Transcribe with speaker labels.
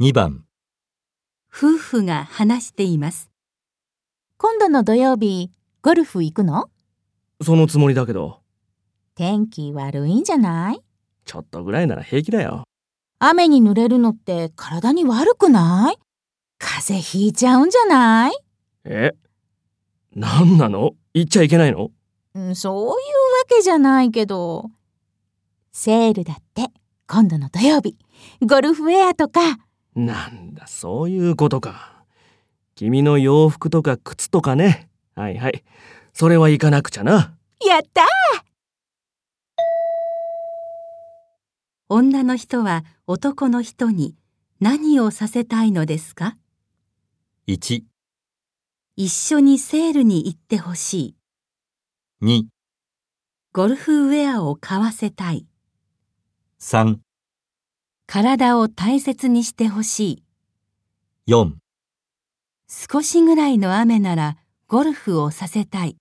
Speaker 1: 2番、
Speaker 2: 夫婦が話しています。
Speaker 3: 今度の土曜日、ゴルフ行くの
Speaker 4: そのつもりだけど、
Speaker 3: 天気悪いんじゃない
Speaker 4: ちょっとぐらいなら平気だよ。
Speaker 3: 雨に濡れるのって体に悪くない風邪ひいちゃうんじゃない
Speaker 4: えなんなの言っちゃいけないの
Speaker 3: うんそういうわけじゃないけど。セールだって、今度の土曜日、ゴルフウェアとか、
Speaker 4: なんだ、そういうことか。君の洋服とか靴とかね。はいはい。それは行かなくちゃな。
Speaker 3: やった
Speaker 2: 女の人は男の人に何をさせたいのですか
Speaker 1: 1、
Speaker 2: 一緒にセールに行ってほしい。
Speaker 1: 2、
Speaker 2: ゴルフウェアを買わせたい。
Speaker 1: 3、
Speaker 2: 体を大切にしてほしい。
Speaker 1: 4
Speaker 2: 少しぐらいの雨ならゴルフをさせたい。